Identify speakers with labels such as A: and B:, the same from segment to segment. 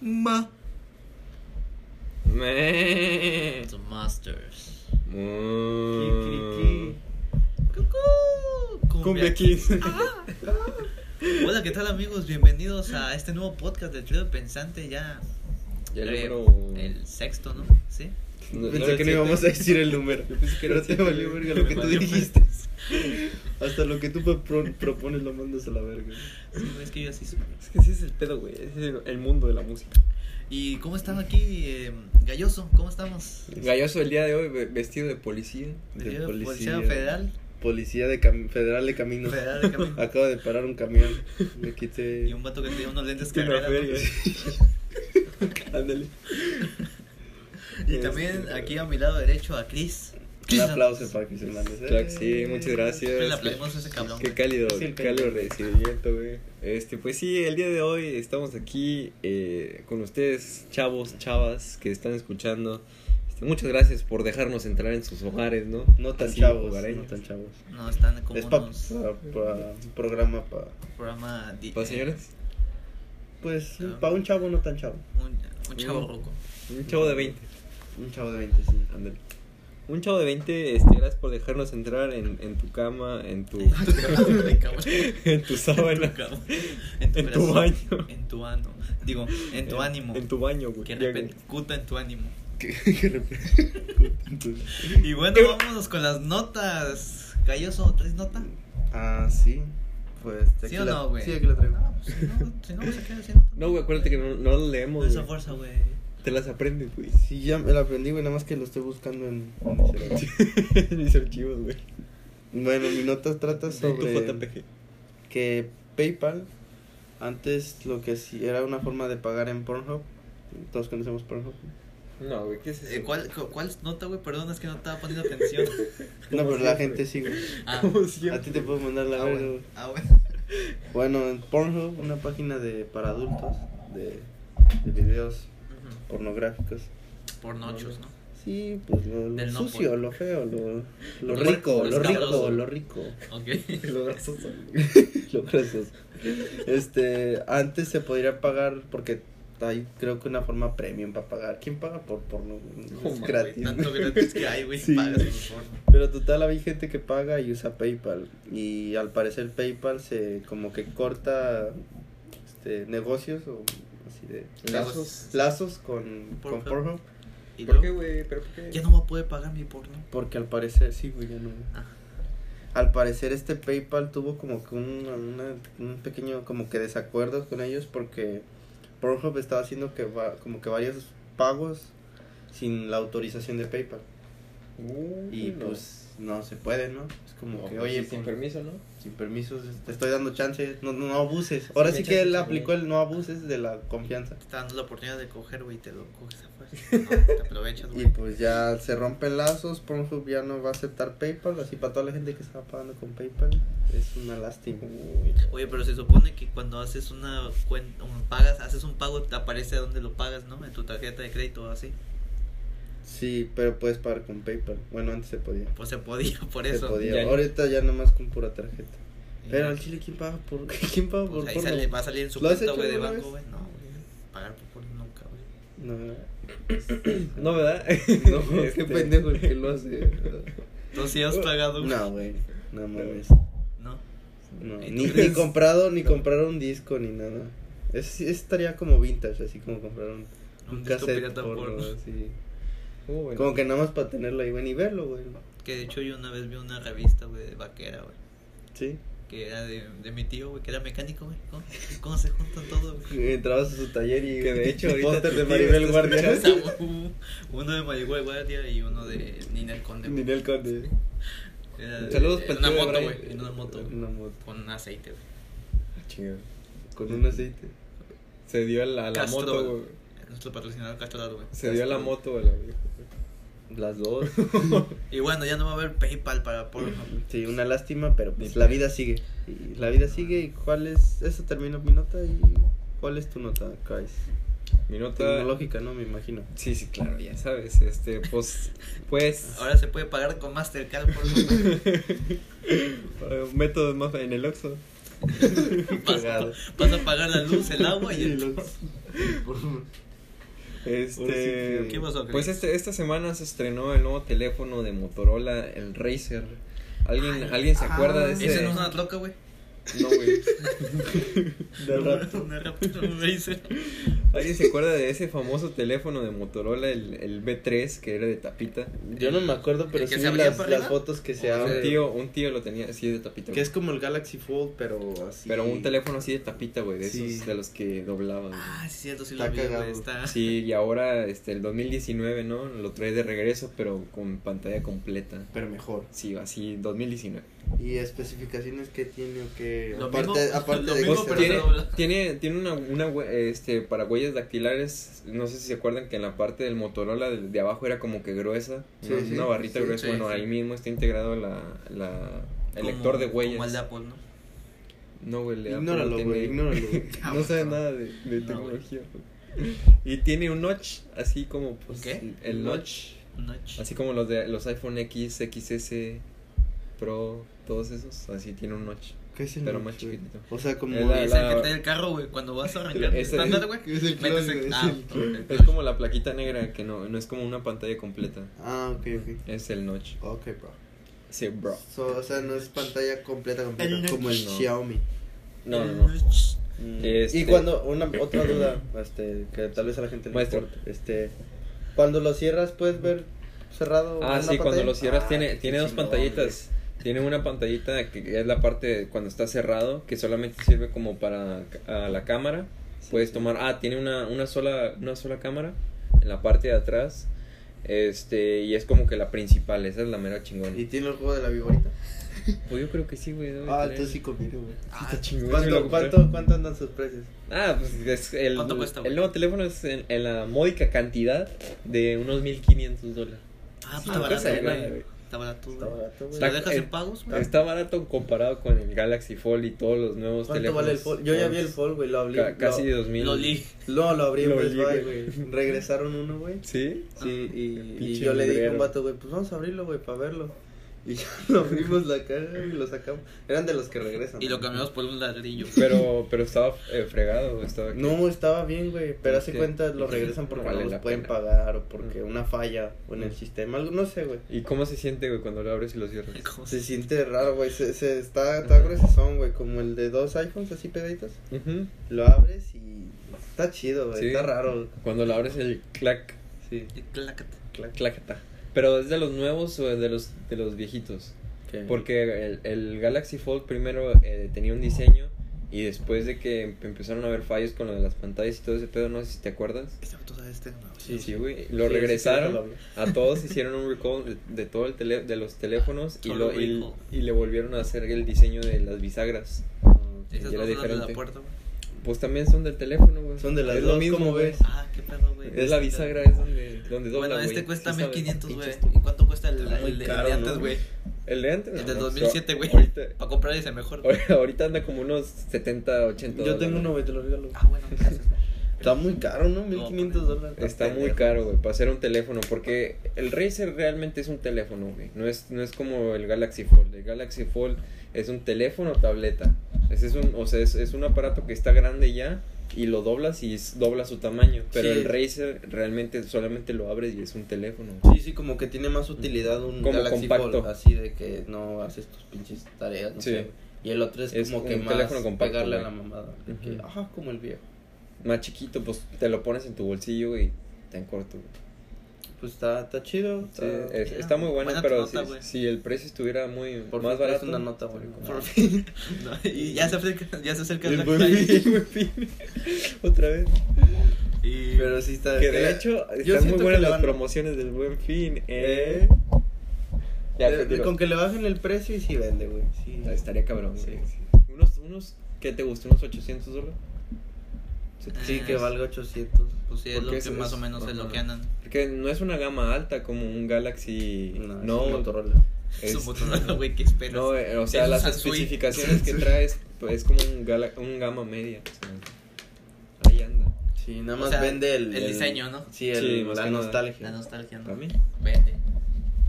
A: Ma.
B: Me.
C: It's a masters.
A: Cri, cri,
C: Cucú.
A: Cumbia Kids.
C: Hola, ¿qué tal amigos? Bienvenidos a este nuevo podcast del Trío Pensante ya.
B: Ya el
C: eh,
B: número-
C: el sexto, ¿no? Sí.
B: No,
A: Pensé que no íbamos a decir el número.
B: Yo pensé que era
A: Pero te
B: siete.
A: valió verga lo
B: Me
A: que tú
B: valió
A: dijiste. Hasta lo que tú pro- propones lo mandas a la verga.
C: Sí, güey, es que yo así soy.
B: Es que ese es el pedo, güey. Ese es el- el mundo de la música.
C: ¿Y cómo están aquí, eh, Galloso? ¿Cómo estamos?
B: Galloso el día de hoy ve- vestido de policía.
A: De
C: Yo,
A: policía.
C: Federal.
A: Policía de cam- federal de caminos.
C: Federal de camino.
A: Acabo de parar un camión. Me
C: Y
A: quité.
C: un vato que tenía unos lentes
B: Que
C: carrera.
B: la
C: ¿no?
B: feria. Ándale.
C: Y también
B: Este,
C: aquí a mi lado derecho a Chris.
A: Un aplauso para Cris Hernández.
B: Claro que sí, muchas gracias.
C: Siempre le aplaudimos a ese cabrón.
B: Qué
C: güey.
B: cálido,
A: Sí,
B: qué
A: el
B: cálido
A: cabrón.
B: recibimiento, güey. Este, pues sí, el día de hoy estamos aquí eh, con ustedes, chavos, chavas, que están escuchando. Este, muchas gracias por dejarnos entrar en sus hogares, ¿no?
A: No tan
B: Así,
A: chavos, ¿eh?
B: hogareños.
A: no tan chavos.
C: No, están como
A: Es pa-
C: unos
A: pa- pa- un programa para
C: programa... di-
B: ¿Para
C: eh,
B: señores?
A: pues
C: Ah.
A: para un chavo no tan chavo.
C: Un, eh, un chavo
B: Mm.
C: roco.
B: Un chavo de 20.
A: Un chavo de 20, sí.
B: Ándale. Un chavo de 20, este, gracias por dejarnos entrar en, en tu cama, en tu,
C: Ay, cabrón.
B: Uh. en tu sábana,
C: En tu cama, en tu
B: En tu
C: corazón,
B: baño.
C: En tu ano. Digo, en tu ánimo.
B: en tu baño, güey.
C: Que
B: Ya, güey.
C: repercuta en tu ánimo.
A: Que- que repente-
C: Y bueno, vámonos con las notas. Galloso, ¿traes nota?
A: ah, sí. Pues
C: ¿Sí
A: aquí
C: o
A: la-
C: no, güey?
A: Sí, aquí la traigo.
C: Ah, pues, si no, si no, se queda sin nota.
B: No, güey, acuérdate que no, no las
C: No
B: leemos,
C: esa
B: güey.
C: fuerza, güey.
B: Te las aprendes, güey.
A: Sí, ya me la aprendí, güey, nada más que lo estoy buscando en... en mi celular.
B: Mis archivos, güey.
A: bueno, mi nota trata
B: Tu
A: sobre
B: JPG.
A: que PayPal, antes lo que sí era una forma de pagar en Pornhub, todos conocemos Pornhub.
B: No, güey, ¿qué es eso?
C: Eh, ¿cuál, cu- ¿Cuál nota, güey? Perdón, es que no estaba poniendo atención.
A: No,
B: Como
A: pero
B: siempre.
A: la gente sí, güey.
C: Ah,
B: Como siempre.
A: A ti te puedo mandar la
C: ah,
A: verga,
C: bueno.
A: güey.
C: Ah, bueno.
A: Bueno, en Pornhub, una página de para adultos, de, de videos
C: Ujú.
A: pornográficos.
C: Por nochos, ¿no?
A: Sí, pues lo, lo
C: Del no
A: sucio,
C: porno.
A: lo feo, lo, lo
C: Lo
A: rico, lo rico,
C: escabroso.
A: lo rico.
C: Ok.
A: Lo grasoso. lo grasoso. Este, antes se podría pagar porque hay creo que una forma premium para pagar. ¿Quién paga por porno?
B: No,
A: es
B: mames,
A: gratis.
C: Tanto gratis que hay, güey.
A: Sí.
C: Pagas por favor.
A: Pero total, hay gente que paga y usa PayPal. Y al parecer PayPal se como que corta este, negocios o así de
B: Lazos.
A: lazos con, con
C: Pornhub.
A: Pornhub.
C: ¿Y
B: ¿Por qué,
C: luego?
B: güey? ¿Pero por qué?
C: Ya no va a poder pagar mi porno.
A: Porque al parecer, sí, güey, ya no.
C: Ah.
A: Al parecer este PayPal tuvo como que un, una- un pequeño como que desacuerdos con ellos porque Pornhub estaba haciendo que va, como que varios pagos sin la autorización de PayPal.
B: Uh,
A: Y
B: no.
A: pues no se puede, ¿no? Es como
B: No,
A: que,
B: pues,
A: oye,
B: sí, sin
A: por-
B: permiso, ¿no?
A: sin permisos, te estoy dando chance, no, no abuses. Ahora
B: me
A: sí que él
B: chance,
A: aplicó
B: güey.
A: el no abuses de la confianza.
C: Te está dando la oportunidad de coger, güey, y te lo coges a fuerza. No, te aprovechas,
A: Y
C: güey.
A: pues ya se rompen lazos, Pornhub ya no va a aceptar PayPal, así para toda la gente que estaba pagando con PayPal, es una lástima.
C: Oye, pero se supone que cuando haces una cuenta, un, pagas, haces un pago, te aparece dónde lo pagas, ¿no? En tu tarjeta de crédito o así.
A: Sí, pero puedes pagar con PayPal. Bueno, antes se podía.
C: Pues se podía, por
A: Se
C: eso.
A: podía.
B: Ya no.
A: Ahorita ya nomás con pura tarjeta.
C: Y
A: Pero
C: ya,
A: al chile, ¿quién paga por, ¿quién paga
C: pues
A: por
C: ahí
A: porno?
C: sale- va a salir en su
A: ¿Lo has
C: cuenta,
A: hecho
C: güey, de
A: alguna
C: banco,
A: vez?
C: güey. No, güey. Pagar por porno nunca, güey.
A: No, ¿verdad?
B: No, ¿verdad?
A: no,
B: Este-
A: qué pendejo el que lo hace.
C: Entonces sí has pagado, güey.
A: No, güey, no mames.
C: No.
A: No,
C: Entonces-
A: ni, ni comprado, ni comprar un disco, ni nada. Es, es- estaría como vintage, así como comprar un,
C: Un
A: un
C: disco
A: cassette
C: pirata
A: porno,
C: porno.
A: así.
B: Uh, bueno.
A: Como que nada más para tenerlo ahí, güey, y verlo, güey.
C: Que de hecho yo una vez vi una revista, güey, de vaquera, güey.
A: Sí.
C: Que era de, de mi tío, güey, que era mecánico, güey. ¿Cómo, cómo se juntan todo, güey?
A: Entrabas a su taller y
B: Que de hecho ahorita
A: póster
B: tu
A: de
B: tío
A: Maribel
B: está
A: Guardia.
C: O sea, u- uno de Marigüey Guardia y uno de Nina el Conde. güey.
B: Ninel Conde.
C: Era de-
B: Saludos
C: en
B: para el
C: Eh, una
B: tío de
C: moto,
B: Brian.
C: güey. En una moto, güey.
A: Una moto.
C: Con aceite, güey.
B: Chingado.
A: Con un aceite.
B: Se dio a la, a la
C: Castro.
B: moto, güey.
C: Nuestro patrocinador Castorado, güey.
B: Se dio a la
A: Castro.
B: moto, a la vieja.
A: Las dos.
C: Y bueno, ya no va a haber PayPal para Pornhub.
A: Sí, una lástima, pero pues la vida sigue. Y la vida sigue y cuál es... Eso terminó mi nota y... ¿Cuál es tu nota, Kais?
B: Mi nota.
A: Tecnológica, ¿no? Me imagino.
B: Sí, sí, claro, ya sabes. Este, pues. Pues.
C: Ahora se puede pagar con Mastercard Pornhub.
B: eh, Métodos más en el Oxxo.
C: Vas, a- vas a pagar la luz, el agua y
A: Y
C: el.
A: los-
B: Este,
C: ¿Qué pasó, Chris?
B: pues este, esta semana se estrenó el nuevo teléfono de Motorola, el Razer. ¿Alguien,
C: Ay,
B: ¿alguien se
A: ah,
B: acuerda de ese?
C: Ese no es una troca, güey.
B: No, güey.
A: De rato.
C: Una raptor, un Razer.
B: ¿Alguien se acuerda de ese famoso teléfono de Motorola, el, el B3, que era de tapita?
A: Yo no me acuerdo, pero
C: ¿El que
A: sí
C: se
A: vi
C: abría
A: las,
C: para
A: las
C: arriba?
A: fotos que se
C: O sea,
B: Un
A: abren.
B: tío, un tío lo tenía así de tapita.
A: Que
B: güey.
A: es como el Galaxy Fold, pero así.
B: Pero un teléfono así de tapita, güey, de
A: Sí.
B: esos de los que doblaban. güey.
C: Ah, sí, es cierto, sí
A: Está
C: lo vi,
A: cagado.
C: güey. Está.
B: Sí, y ahora este el 2019, ¿no? Lo trae de regreso, pero con pantalla completa.
A: Pero mejor.
B: Sí, así 2019.
A: ¿Y especificaciones que tiene o qué?
C: Lo
A: aparte
C: mismo-
A: aparte
C: lo
A: de
C: mismo,
A: que
B: Pues,
A: se-
C: pero
B: tiene,
C: se dobla.
B: tiene, tiene una, una hue- este, para huellas dactilares, no sé si se acuerdan que en la parte del Motorola de, de abajo era como que gruesa,
A: Sí,
B: una,
A: sí.
B: una barrita
A: Sí,
B: gruesa,
C: sí,
B: bueno,
C: sí.
B: ahí mismo está integrado la, la, el
C: Como-
B: lector de huellas.
C: Como el de Apple, ¿no?
B: No, güey, el de Apple no
A: Ignóralo,
B: tiene-
A: güey, ignóralo. güey.
B: No sabe nada de, de
C: No,
B: tecnología. güey. Y tiene un notch, así como pues,
C: ¿Qué?
B: el notch,
C: Notch.
B: así como los de los iPhone X, XS, Pro, todos esos, así tiene un notch.
A: ¿Qué es el
B: Pero
A: notch,
B: más
A: güey?
B: chiquitito.
A: O sea, como.
B: Es la-
C: Es
B: la-
C: el que trae el carro, güey. Cuando vas a arrancar.
B: Ese-
C: Ándale, güey.
A: es
C: Metes
A: el clon,
C: el-
A: es
C: Ah,
A: el
C: ok,
A: clon.
C: ok.
B: Es como la plaquita negra que no, no es como una pantalla completa.
A: Ah, ok, ok.
B: Es el notch.
A: Ok, bro.
B: Sí, bro.
A: So, o sea, no es pantalla completa, completa
C: El
A: como el
B: notch.
A: Xiaomi.
B: No, no, no.
C: Ah,
B: Este-
A: Mm. Y cuando, una, otra duda, este, que tal vez a la gente le
B: Maestro.
A: importa, este, cuando lo cierras, ¿puedes ver cerrado?
B: Ah,
A: en la
B: sí, cuando
A: pantalla?
B: lo cierras
A: Ah,
B: tiene,
A: qué
B: tiene dos
A: chingón,
B: pantallitas. Tiene una pantallita que es la parte de cuando está cerrado, que solamente sirve como para ca- a la cámara. Puedes tomar, ah, tiene una, una, sola, una sola cámara en la parte de atrás. Este, y es como que la principal, esa es la mera chingona.
A: güey. ¿Y tiene el juego de la viborita?
B: Pues yo creo que sí, güey. debe
A: Ah,
B: tener-
A: entonces sí conviene, güey.
C: Ah,
B: Está chingón, sí me lo
A: ¿Cuánto,
B: compré.
A: cuánto, ¿Cuánto andan sus precios?
B: Ah, pues es el,
C: ¿Cuánto cuesta, güey?
B: el nuevo teléfono es en, en la módica cantidad de unos 1500 dólares.
C: Ah,
B: no
C: está barato,
B: pesa de nada,
C: güey.
B: güey.
C: Está barato,
A: Pues Está
C: güey.
A: barato,
C: Si
A: güey.
C: lo
B: Está-
C: dejas
B: eh,
C: en pagos,
A: Ah.
C: güey.
B: Está barato comparado con el Galaxy Fold y todos los nuevos
A: ¿Cuánto
B: teléfonos.
A: vale el Fold? Yo ya vi el Fold, güey, lo abrí.
B: Ca- casi
A: lo,
B: 2000.
C: Lo li.
A: No, lo abrí en
B: Lo
A: Best
B: abrí,
A: Buy,
B: güey.
A: güey. Regresaron uno, güey.
B: ¿Sí?
A: Sí, y, y
B: Pinche
A: yo le dije a un
B: librero.
A: vato, güey, pues vamos a abrirlo, güey, para verlo. Y ya lo abrimos la caja y lo sacamos. Eran de los que regresan.
C: Y lo cambiamos por un ladrillo.
B: Pero, pero estaba eh, fregado. Estaba
A: No, estaba bien, güey, pero
B: Es
A: hace
B: que-
A: cuenta lo regresan porque
B: Vale
A: no los
B: la
A: pueden
B: pena. Mm.
A: pagar o porque una falla o en el sistema, algo, no sé, güey.
B: ¿Y cómo se siente, güey, cuando lo abres y lo cierras?
C: ¿Cómo
A: Se
C: se-
A: siente raro, güey, se, se está,
B: Mm.
A: está gruesón, güey, como el de dos iPhones así pegaditos.
B: Ujú.
A: Lo abres y está chido, güey,
B: Sí.
A: está raro.
B: Cuando lo abres el clac,
A: Sí,
C: Y clácate.
A: claro.
B: clacata. Pero es de los nuevos o es de los, de los viejitos. Porque el, el Galaxy Fold primero eh, tenía un diseño y después de que em- empezaron a haber fallos con lo de las pantallas y todo ese pedo, no sé si te acuerdas.
C: Este vato sabe este, no,
A: Sí,
B: Sí, güey. Lo
A: Sí, sí, sí, lo
B: regresaron
A: vi.
B: a todos, hicieron un recall de, de todo el tele, de los teléfonos y, lo, y,
C: Todo
B: y le volvieron a hacer el diseño de las bisagras.
C: Esas
B: Y
C: no
B: era
C: son las de la
B: diferente.
C: puerta, güey.
B: Pues también son del teléfono, güey.
A: Son de las
B: Es
A: dos, ¿cómo
B: güey.
A: ves?
C: Ah, qué pedo, güey.
B: Es la bisagra, es donde, donde dobla,
C: Bueno,
B: güey.
C: este cuesta
B: Sí sabes.
C: 1500, güey. ¿Y cuánto cuesta el,
A: Está muy
C: el de- el
A: caro,
C: de
A: ¿no?
C: antes, güey?
B: El de antes,
C: El del
B: no,
C: 2007, güey.
B: Ahorita,
C: Para comprar ese mejor.
B: ahorita anda como unos 70, 80
A: Yo tengo
B: dólares.
A: uno, güey, te lo regalo.
C: Ah, bueno, gracias, güey.
A: Está muy caro, ¿no? 1500
C: No,
A: dólares.
B: Está muy caro, güey, para hacer un teléfono, porque el Razer realmente es un teléfono, güey. No es, no es como el Galaxy Fold. El Galaxy Fold es un teléfono tableta. Ese es un, o sea, es, es un aparato que está grande ya y lo doblas y es- dobla su tamaño. Pero
A: Sí.
B: el Razer realmente solamente lo abres y es un teléfono.
A: Sí, sí, como que tiene más utilidad un
B: Como
A: Galaxy
B: compacto.
A: Fold, así de que no haces tus pinches tareas, no
B: Sí.
A: sé. güey. Y el otro es,
B: Es
A: como
B: un
A: que más
B: teléfono compacto,
A: pegarle a la
B: güey.
A: mamada, de que,
B: Ujú.
A: ah, como el viejo.
B: Más chiquito, pues te lo pones en tu bolsillo y te en corto. güey.
A: Pues está, está chido,
B: Sí,
A: está-
B: es- está muy bueno,
C: Buena
B: pero
C: tu nota,
B: si,
C: güey.
B: si el precio estuviera muy
A: Por
B: más
A: fin traes
B: barato.
A: una nota, güey, como-
C: Por fin. No, y ya se acerca, ya se acerca
A: El
C: Black
B: pues
A: buen
C: Friday.
A: fin.
B: Otra vez.
C: Y
A: Pero sí está... eh,
B: Que de hecho,
A: yo
B: están muy
A: siento
B: buenas
A: que le
B: las
A: van-
B: promociones del Buen Fin, eh.
A: Eh.
B: Ya,
A: de- de-
B: continúa.
A: con que le bajen el precio y sí vende, güey. Sí.
B: Ah, Estaría cabrón,
A: Sí,
B: güey.
A: sí.
B: Unos, unos, ¿qué te gusta? ¿Unos 800 dólares?
A: Sí,
C: Ah,
A: que
C: es-
A: valga 800.
C: Pues sí, es
B: Porque
C: lo que
B: ese
C: más
B: es-
C: o menos es lo
B: ajá.
C: que andan.
B: Porque no es una gama alta como un Galaxy.
A: No,
B: No,
A: es un Motorola.
B: es-
C: Es un Motorola, güey, que esperas.
B: no, eh, o sea,
C: Es un
B: las
C: Samsung.
B: especificaciones que traes pues, es como un, gala- un gama media. o sea, ahí anda.
A: Sí, nada
C: O
A: más
C: sea,
A: vende el...
C: el diseño, ¿no?
A: Sí, el,
B: Sí, más
A: la
B: que nada.
C: La
A: nostalgia.
C: nostalgia, ¿no?
B: ¿También?
C: Vete.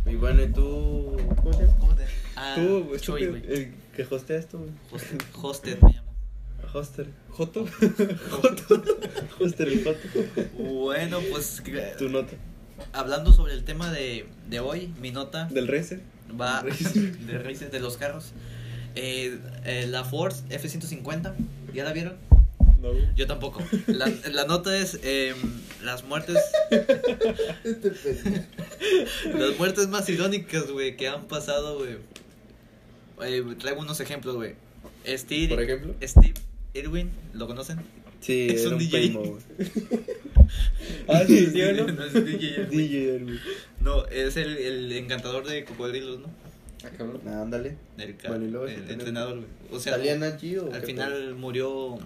A: Y bueno, ¿y tú...? ¿Cómo se llama?
C: ¿Cómo te.? Ah,
B: Tú,
C: Chuy,
B: estúpido,
C: güey.
A: El que hostea esto, güey.
C: Hosted, hosted me llamo.
A: Hoster.
B: ¿Joto?
A: Joto. estereofático.
C: Bueno, pues que-
A: Tu nota.
C: hablando sobre el tema de, de hoy, mi nota
B: Del racer.
C: va
A: Racer.
C: de raíces de los carros. Eh, eh, la Ford F-150, ¿ya la vieron?
B: No,
C: Yo tampoco. La, la nota es eh, las muertes las muertes más irónicas, güey, que han pasado, güey. Eh, traigo unos ejemplos, güey. Steve,
B: Por ejemplo.
C: Steve Irwin, ¿lo conocen?
A: Sí,
C: Es
A: era
C: un
A: un
C: DJ.
A: primo, güey.
B: Ah, sí, sí, o no.
C: no, es DJ Irwin.
A: DJ, Irwin.
C: No, es el, el encantador de cocodrilos, ¿no?
B: Ah, cabrón.
A: Ah, ándale.
C: El, ca-
A: Bueno, y luego
C: el
A: este tenemos-
C: entrenador, güey. O sea,
A: ¿Salían allí o
C: al
A: qué
C: final murió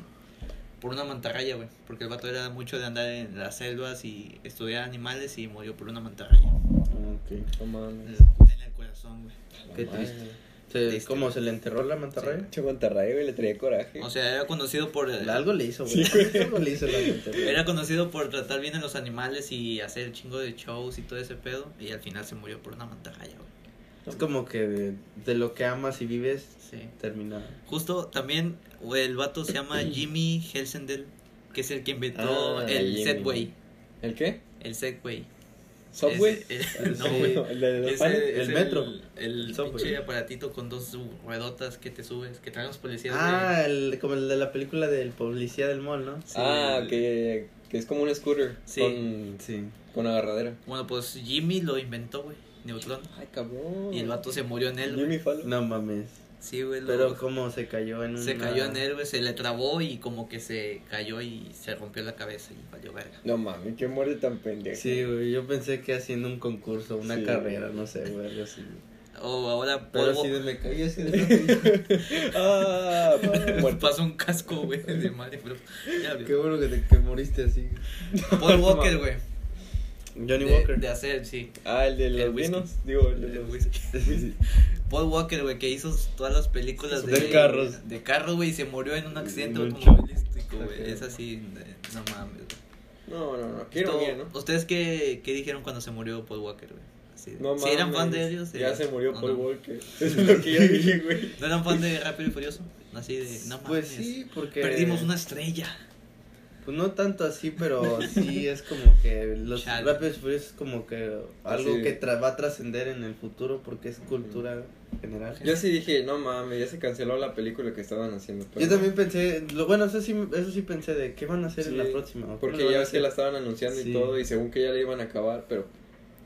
C: por una mantarraya, güey. Porque el vato era mucho de andar en las selvas y estudiar animales y murió por una mantarraya.
A: pedo? Ah, ok. Ah,
B: No mames.
C: En el corazón, güey.
A: Qué
B: No
A: triste.
B: mames.
A: Se,
C: Triste.
A: ¿Cómo se le enterró la mantarraya?
B: Che, Monterrey, güey, le traía coraje.
C: O sea, era conocido por...
A: Algo le hizo, güey. Algo le hizo la mantarraya.
C: Era conocido por tratar bien a los animales y hacer chingo de shows y todo ese pedo. Y al final se murió por una mantarraya, güey.
A: Es como que de, de lo que amas y vives,
C: Sí.
A: termina.
C: Justo también güey, el vato se llama Jimmy Helsendel, que es el que inventó
B: Ah,
C: el
B: Jimmy.
C: Segway.
B: ¿El qué?
C: El Segway.
B: ¿Subway?
C: Es- el- no,
A: Sí.
C: güey.
B: ¿El de los
C: Es
B: panes?
C: el, es
A: el metro.
C: El,
A: El Subway.
C: pinche aparatito con dos su- ruedotas que te subes, que traen los policías. güey.
A: Ah, el, como el de la película del policía del mall, ¿no?
C: Sí,
B: Ah,
C: el-
B: que, que es como un scooter
C: Sí.
B: con,
A: Sí.
B: con agarradera.
C: Bueno, pues Jimmy lo inventó, güey. Neutrón.
B: Ay, cabrón.
C: Y el vato se murió en él. güey.
B: Jimmy Fallon.
A: No mames.
C: Sí, güey. lo-
A: Pero como se cayó en
C: Se
A: una-
C: cayó en él, güey, se le trabó y como que se cayó y se rompió la cabeza y valió verga.
B: No mames, qué muerte tan pendeja.
A: Sí, güey, yo pensé que haciendo un concurso, una
B: Sí.
A: carrera, no sé, güey, algo así.
C: O Oh, ahora
A: Pero
C: polvo,
A: así de me caí así de
B: Ah, muerto.
C: pasó un casco, güey, de madre, pero ya abrió.
A: Qué bueno que, te, que moriste así.
C: Paul Walker, güey. De,
A: Johnny Walker.
C: de hacer, sí.
B: Ah, el de
C: El
B: los
C: whisky.
B: vinos. Digo, el de
C: El
B: los
C: whisky. Paul Walker, güey, que hizo todas las películas de,
A: De carros.
C: De carros, güey, y se murió en un accidente
A: En un
C: automovilístico,
A: choque.
C: güey. Es así, eh, no mames. güey.
B: No, no, no. Quiero
C: Esto-
B: bien, ¿no?
C: ¿Ustedes qué, qué dijeron cuando se murió Paul Walker, güey? Así de-
B: No
C: ¿Sí eran
B: mames,
C: fan de ellos?
B: Ya
C: Eh,
B: se murió
C: ¿o
B: Paul
C: no?
B: Walker. Es lo que yo dije, güey.
C: ¿No eran fan de Rápido y Furioso? Así de, no mames.
A: Pues sí, porque.
C: Perdimos una estrella.
A: Pues no tanto así, pero sí es como que los
C: Chale.
A: Rápidos y Furiosos es como que algo
B: Así.
A: que tra- va a trascender en el futuro porque es cultura general.
B: Yo sí dije, no mames, ya se canceló la película que estaban haciendo. pero-
A: Yo también pensé, lo bueno, eso sí, eso sí pensé de qué van a hacer
B: Sí,
A: en la próxima. ¿O cómo
B: Porque
A: lo
B: ya
A: van a
B: ves que
A: hacer?
B: la estaban anunciando y
A: Sí.
B: todo, y según que ya la iban a acabar, pero.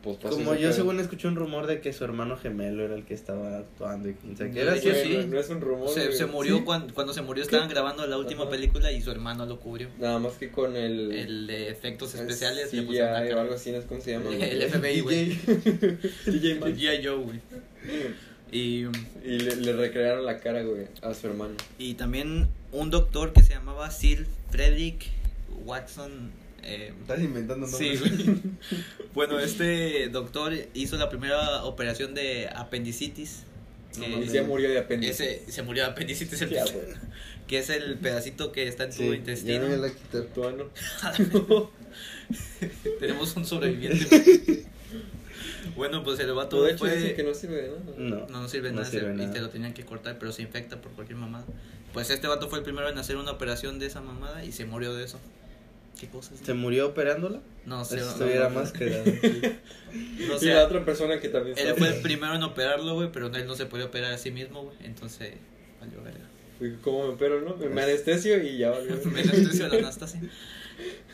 B: Pues pasó
A: Como
B: ese
A: yo
B: pedo.
A: según escuché un rumor de que su hermano gemelo era el que estaba actuando y quién sabe qué. Era
C: Yo
A: así,
B: Güey,
C: sí.
B: No, no es un rumor.
C: Se,
B: güey.
C: se murió
B: Sí.
C: cuando, cuando se murió estaban grabando la última
B: Ajá.
C: película y su hermano lo cubrió.
B: Nada más que con el. pues,
C: El de efectos especiales
B: Sí,
C: le pusieron la
B: o
C: cara.
B: algo así, ¿no? ¿Cómo se llama?
C: El FBI, güey.
B: DJ Man.
C: G.I. Joe, güey. Y,
B: Y le, le recrearon la cara, güey, a su hermano.
C: y también un doctor que se llamaba Sir Frederick Watson. eh,
A: Estás inventando
C: sí, güey. Bueno, este doctor hizo la primera operación de apendicitis. que-
A: No
B: Y se murió de apéndice.
C: ese, se murió de apendicitis, el
B: Ya, güey.
C: que es el pedacito que está en tu
A: Sí, ya
C: intestino.
A: me la quité.
B: Tatuano.
C: Tenemos un sobreviviente. bueno, pues el vato
B: Todo de hecho
C: fue-
B: dicen que no sirve de nada.
A: No,
C: no, no sirve,
A: no
C: nada,
A: sirve
C: se- y
A: nada.
C: te lo tenían que cortar, pero se infecta por cualquier mamada. Pues este vato fue el primero en hacer una operación de esa mamada y se murió de eso. ¿Qué cosas?
A: ¿Se murió operándola?
C: No
A: Si
C: sé. no-
A: estuviera
C: no-
A: más que
C: no
B: y
C: sé,
B: la otra persona que también
C: él fue el primero en operarlo, güey, pero él no se podía operar a sí mismo, güey. Entonces, valió verga.
B: Digo, ¿Cómo me opero, no? Me anestesio y ya valió.
C: Me la estoy haciendo la Anastasia.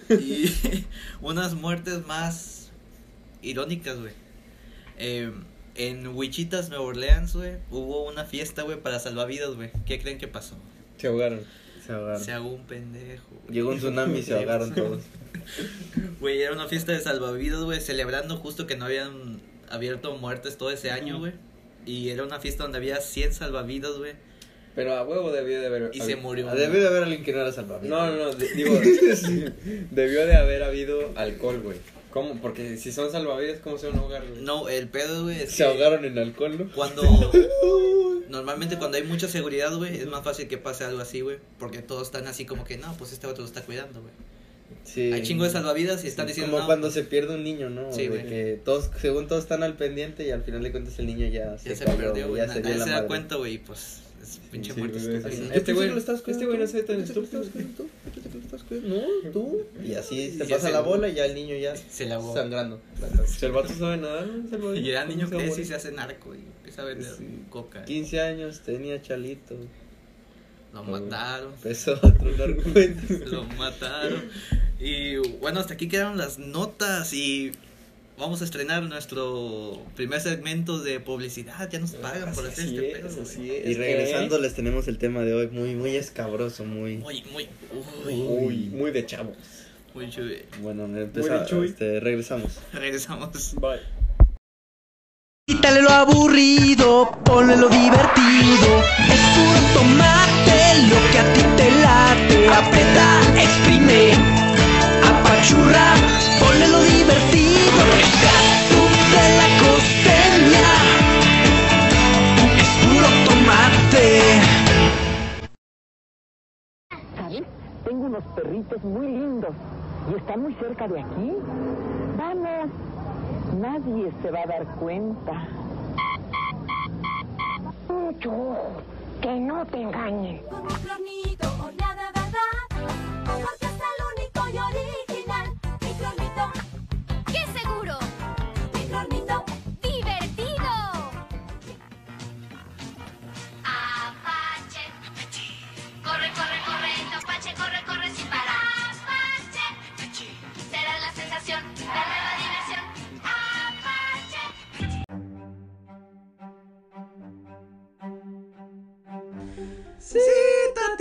C: Y unas muertes más irónicas, güey. Eh, en Wichitas, Nueva Orleans, güey, hubo una fiesta, güey, para salvavidas, güey. ¿Qué creen que pasó?
B: Se ahogaron.
A: se ahogaron.
C: Se hago un pendejo. güey.
A: Llegó un tsunami y se ahogaron todos.
C: Güey, era una fiesta de salvavidas, güey, celebrando justo que no habían abierto muertes todo ese año, güey. Y era una fiesta donde había 100 salvavidas, güey.
B: Pero a huevo debió de haber.
C: Y se murió.
A: Ah, Debe de haber alguien que no era salvable.
B: No, no, no, de- digo, debió de haber habido alcohol, güey. ¿Cómo? Porque si son salvavidas, ¿cómo se van a ahogar, güey?
C: No, el pedo, güey, es
A: Se
C: que
A: ahogaron en alcohol, ¿no?
C: cuando... Normalmente cuando hay mucha seguridad, güey, es más fácil que pase algo así, güey. Porque todos están así como que, no, pues este vato lo está cuidando, güey.
A: Sí.
C: Hay chingo de salvavidas y están diciendo,
A: Como
C: no, pues
A: cuando se pierde un niño, ¿no?
C: Sí,
A: De
C: güey.
A: que todos, según todos están al pendiente y al final de cuentas el niño ya se,
C: ya se
A: cayó,
C: perdió, güey.
A: ya se
C: Nadie
A: dio
C: se da
A: la madre.
C: cuenta, güey, y pues es pinche
B: Sí,
C: muerte
B: güey,
C: estúpida,
B: sí,
C: ¿no?
B: sí. Este güey-
A: Yo pensé que lo estabas
B: este güey no se ve tan
A: cuidando tú,
B: estúpido.
A: yo pensé que lo estabas cuidando tú, yo pensé que lo estabas que no, tú. Y así se pasa la bola y ya el niño ya
C: Se la boba.
A: sangrando.
B: Si el vato sabe nadar, ¿no? Se lo-
C: Y ya el niño
B: ¿cómo
C: crece
B: se
C: y
B: muere?
C: se hace narco y empieza a vender
A: Sí.
C: coca.
A: 15 años tenía Chalito.
C: Lo mataron.
A: Empezó a tronar cuentas.
C: Lo mataron. Y bueno, hasta aquí quedaron las notas y vamos a estrenar nuestro primer segmento de publicidad. Ya nos pagan por hacer
B: Así
C: este
B: es,
C: pedo. güey.
B: así es.
A: Y regresando les tenemos el tema de hoy muy, muy escabroso, muy...
C: Muy, muy, uy,
B: Uy, muy de chavos.
C: muy chulo.
A: Bueno, empezamos,
B: chuy.
A: este, regresamos.
C: Regresamos.
B: Bye.
D: Quítale lo aburrido, ponle lo divertido. Es puro tomate lo que a ti te late. Aprieta, exprime, apachurra, ponle lo divertido. El gato de la costeña es puro tomate.
E: ¿Sabes? Tengo unos perritos muy lindos y están muy cerca de aquí. Vamos, nadie se va a dar cuenta. Mucho ojo, que no te engañen.
F: Con un clornito horneada, ¿verdad? Porque es el único y original. Mi clornito,
G: ¡Qué seguro!
F: mi clornito.
G: ¡Divertido! ¡Apache! ¡Corre, corre, corre! ¡Apache, corre, corre sin parar! ¡Apache! Será la sensación, la nueva diversión. ¡Apache!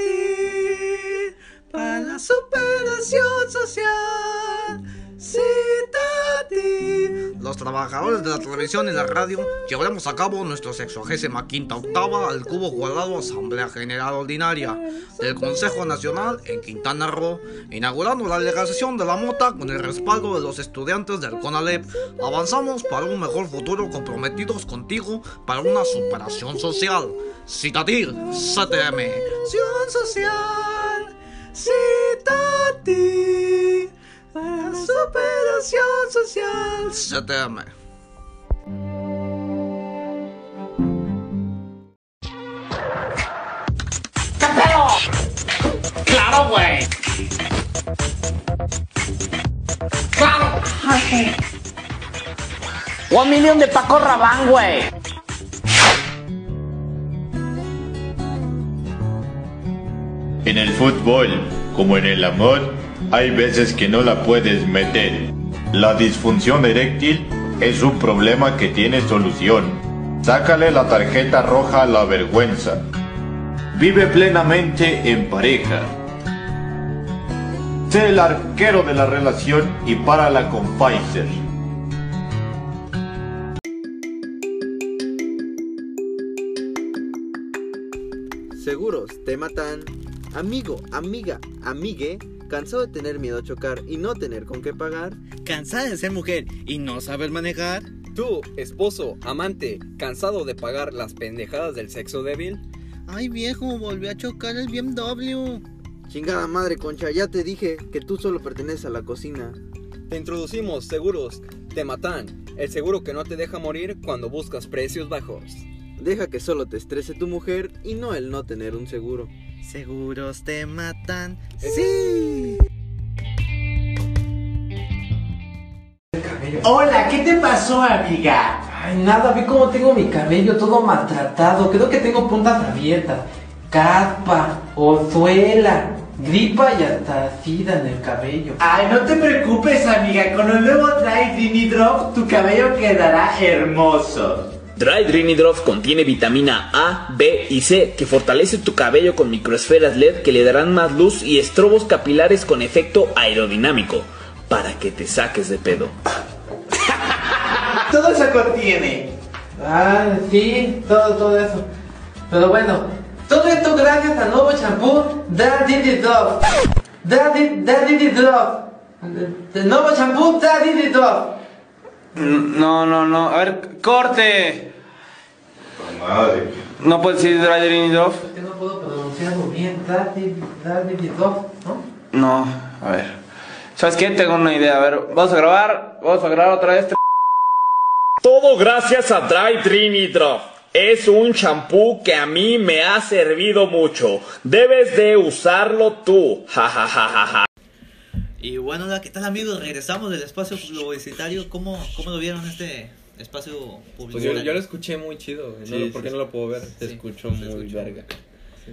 D: Cítate para la superación social. Cítate.
H: Los trabajadores de la televisión y la radio llevaremos a cabo nuestra sexagésima quinta octava al cubo guardado Asamblea General Ordinaria del Consejo Nacional en Quintana Roo, inaugurando la legalización de la mota con el respaldo de los estudiantes del CONALEP. Avanzamos para un mejor futuro comprometidos contigo para una superación social. Citatir, CTM.
D: Acción social. Cítate para la superación social.
H: CTM.
E: One millón de Paco Rabán, güey.
I: En el fútbol, como en el amor, hay veces que no la puedes meter. La disfunción eréctil es un problema que tiene solución. Sácale la tarjeta roja a la vergüenza. Vive plenamente en pareja. Sé el arquero de la relación y párala con Pfizer.
A: Seguros, te matan. Amigo, amiga, amigue, cansado de tener miedo a chocar y no tener con qué pagar.
D: ¿Cansada de ser mujer y no saber manejar?
B: Tú, esposo, amante, cansado de pagar las pendejadas del sexo débil,
D: Ay viejo, volvió a chocar el BMW.
A: Chingada madre, concha, ya te dije que tú solo perteneces a la cocina.
B: te introducimos seguros, te matan, el seguro que no te deja morir cuando buscas precios bajos.
A: Deja que solo te estrese tu mujer y no el no tener un seguro.
D: Seguros te matan.
A: Sí.
J: Hola, ¿qué te pasó, amiga? Ay, nada, ve cómo tengo mi cabello todo maltratado. Creo que tengo puntas abiertas, caspa, ozuela, gripa y hasta sida en el cabello. Ay, no te preocupes, amiga. Con el nuevo Dry Dini Drop, tu cabello quedará hermoso.
K: Dry Dreamy Drop contiene vitamina A, B y C que fortalece tu cabello con microesferas LED que le darán más luz y estrobos capilares con efecto aerodinámico para que te saques de pedo.
J: Todo eso contiene. Ah, sí, todo, todo eso. Pero bueno, todo esto gracias al nuevo champú Daddy the Dove. Daddy, Daddy the Dove. El nuevo champú Daddy the Dove. No, no, no. A ver, corte.
I: Madre.
J: No puedo decir Daddy the Dove. Porque no puedo pronunciarlo bien. Daddy, Daddy the Dove, ¿no?
K: No, a ver. ¿Sabes qué? Tengo una idea. A ver, vamos a grabar. Vamos a grabar otra vez. Todo gracias a Dry Dreamy Drop. Es un champú que a mí me ha servido mucho. Debes de usarlo tú. Ja, ja, ja, ja, ja.
C: Y bueno, hola, ¿qué tal amigos? Regresamos del espacio publicitario. ¿Cómo, cómo lo vieron este espacio
B: Pues yo,
C: publicitario?
B: yo lo escuché muy chido, ¿eh? ¿no?
C: Sí,
B: ¿por
C: sí,
B: qué no lo puedo ver? Te
C: Sí,
B: escucho
C: se
B: muy
C: escuchó.
B: verga.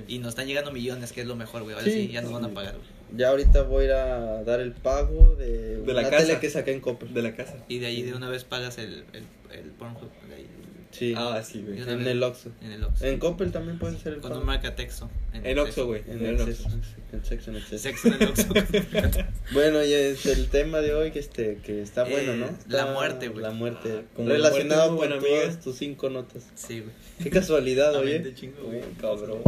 C: Y nos están llegando millones, que es lo mejor, güey. Ahora sí, ya nos van a pagar, güey.
A: Ya ahorita voy a ir a dar el pago de,
B: De la
A: una
B: casa.
A: tele que saqué en Coppel.
B: De la casa.
C: Y de ahí de una vez pagas el, el, el Pornhub. de ahí.
A: Sí.
B: Ah, sí, güey.
C: De una
A: En
C: vez.
A: el Oxxo.
C: En el Oxxo.
A: En Coppel también pueden ser el
C: Con
A: pago.
C: un marcatexto.
B: En Oxxo, güey.
A: En
B: En el
D: pues.
A: exceso.
B: Oxxo.
A: En sexo en exceso.
C: Sexo en el Oxxo.
A: Bueno, y es el tema de hoy que este que está
C: Eh,
A: bueno, ¿no?
C: la
A: Está-
C: muerte, güey.
A: La muerte.
B: Como la
A: Relacionado
B: muerte es
A: con
B: muy buena
A: todas tus cinco notas.
C: Sí, güey.
A: Qué casualidad,
C: A
A: oye.
C: veinte chingo, güey.
A: Oh, Cabrón.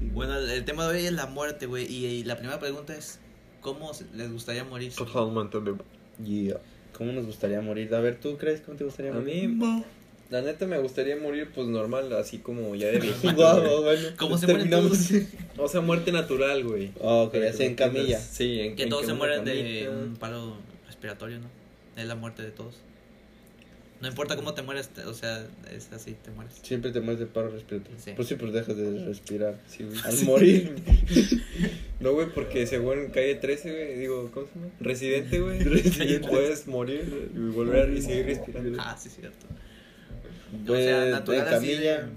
C: Bueno, el, el tema de hoy es la muerte, güey. Y, y la primera pregunta es: ¿Cómo se- les gustaría morir?
B: un montón de...
A: Yeah. ah, ¿Cómo nos gustaría morir? A ver, ¿tú crees cómo te gustaría
B: A
A: morir?
B: mí, la neta me gustaría morir pues normal, así como ya de viejito.
A: Guau,
B: güey.
A: bueno.
C: ¿Cómo se mueren
A: terminamos?
B: O sea, muerte natural, güey.
A: Ah, ok,
B: Para
A: así
B: que
A: en
B: me entiendas.
A: camilla.
B: Sí, en
C: Que todos se
B: en
C: mueren de
B: camilla.
C: un paro respiratorio, ¿no? Es la muerte de todos. No importa cómo te mueres, te- o sea, es así, te mueres.
A: Siempre te mueres de paro respiratorio.
C: Sí.
A: Pues sí, pero dejas de respirar.
B: Sí, güey.
A: Al morir.
B: No, güey, porque según calle 13, güey, digo, ¿cómo se llama? Residente, güey.
A: Residente.
B: Puedes morir y volver y seguir respirando.
C: Ah, sí, cierto.
A: Pues,
C: natural
A: en
C: así de-
A: camilla.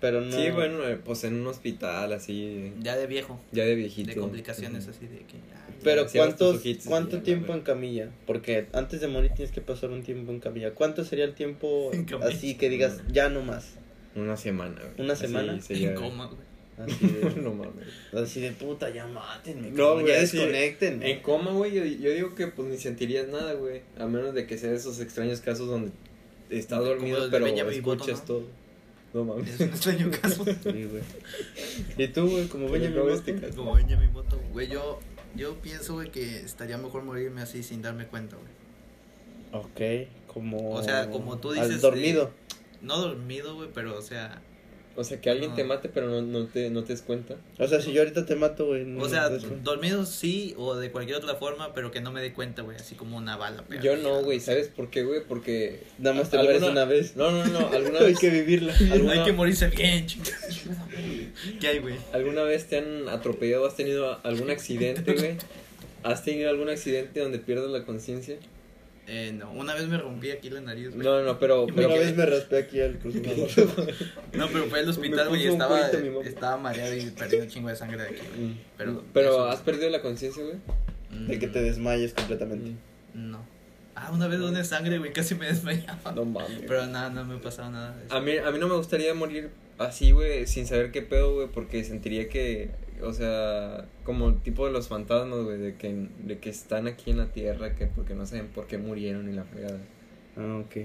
A: Pero no.
B: Sí, bueno, eh, pues en un hospital así,
C: Ya de viejo,
B: ya de viejito.
C: de complicaciones así de que. ah,
A: Pero
B: Cierras tus
A: ¿cuántos,
B: ojitos y ya,
A: ¿cuánto
B: la
A: tiempo
B: verga.
A: en camilla? Porque antes de morir tienes que pasar un tiempo en camilla. ¿Cuánto sería el tiempo
C: En camilla.
A: así que digas ya no más?
B: Una semana, güey.
A: ¿Una
B: Así
A: semana?
B: sería-
C: en coma, güey.
A: Así de,
B: no mames.
A: así de puta, ya mátenme.
B: No,
A: cabrón,
B: güey,
A: ya
B: así-
A: desconectenme.
B: En coma, güey, yo, yo digo que pues ni sentirías nada, güey. A menos de que sea de esos extraños casos donde estás
C: Como
B: dormido,
C: el de
B: pero
C: Benjamin
B: escuchas
C: Button,
B: todo. No mames.
C: Es un extraño caso.
A: Sí, güey. ¿Y tú, güey? Como
B: Como
A: Benjamin
B: Benjamin
A: Button.
C: Como Benjamin Button, güey, yo, yo pienso, güey, que estaría mejor morirme así sin darme cuenta, güey.
A: Ok, como.
C: O sea, como tú dices,
A: Al dormido.
C: No dormido, güey, pero, o sea,
B: O sea, que alguien
C: No.
B: te mate, pero no, no, te, no te des cuenta.
A: O sea, si yo ahorita te mato, güey. no
C: o sea,
A: me des cuenta.
C: dormido sí o de cualquier otra forma, pero que no me dé cuenta, güey, así como una bala. pega.
B: Yo no, güey. ¿Sabes por qué, güey? Porque.
A: Nada más te mueres una vez.
B: No, no, no. Alguna
A: Hay
B: vez,
A: que vivirla.
B: alguna,
C: Hay que morirse bien, chicos. ¿Qué hay, güey?
B: ¿Alguna vez te han atropellado? ¿Has tenido algún accidente, güey? ¿Has tenido algún accidente donde pierdas la conciencia?
C: Eh, no, una vez Pues me rompí aquí la nariz, güey.
B: No, no, pero. pero
A: Una vez me raspé aquí al cruzado.
C: No, pero fue al hospital,
B: Me
C: güey, y
B: puso un
C: estaba,
B: cohete mi mamá.
C: estaba mareado y perdí un chingo de sangre de aquí, güey. Pero,
B: Pero
C: eso-
B: has perdido la conciencia, güey.
C: Mm,
A: De que te desmayes completamente.
C: No. Ah, una vez doné sangre, güey, casi me desmayaba.
B: No mames.
C: Pero nada, no me ha pasado nada. de eso.
B: A mí, a mí no me gustaría morir así, güey, sin saber qué pedo, güey, porque sentiría que, o sea, como el tipo de los fantasmas, güey, de que, de que están aquí en la tierra, que porque no saben por qué murieron y la fregada.
A: Ah, ok.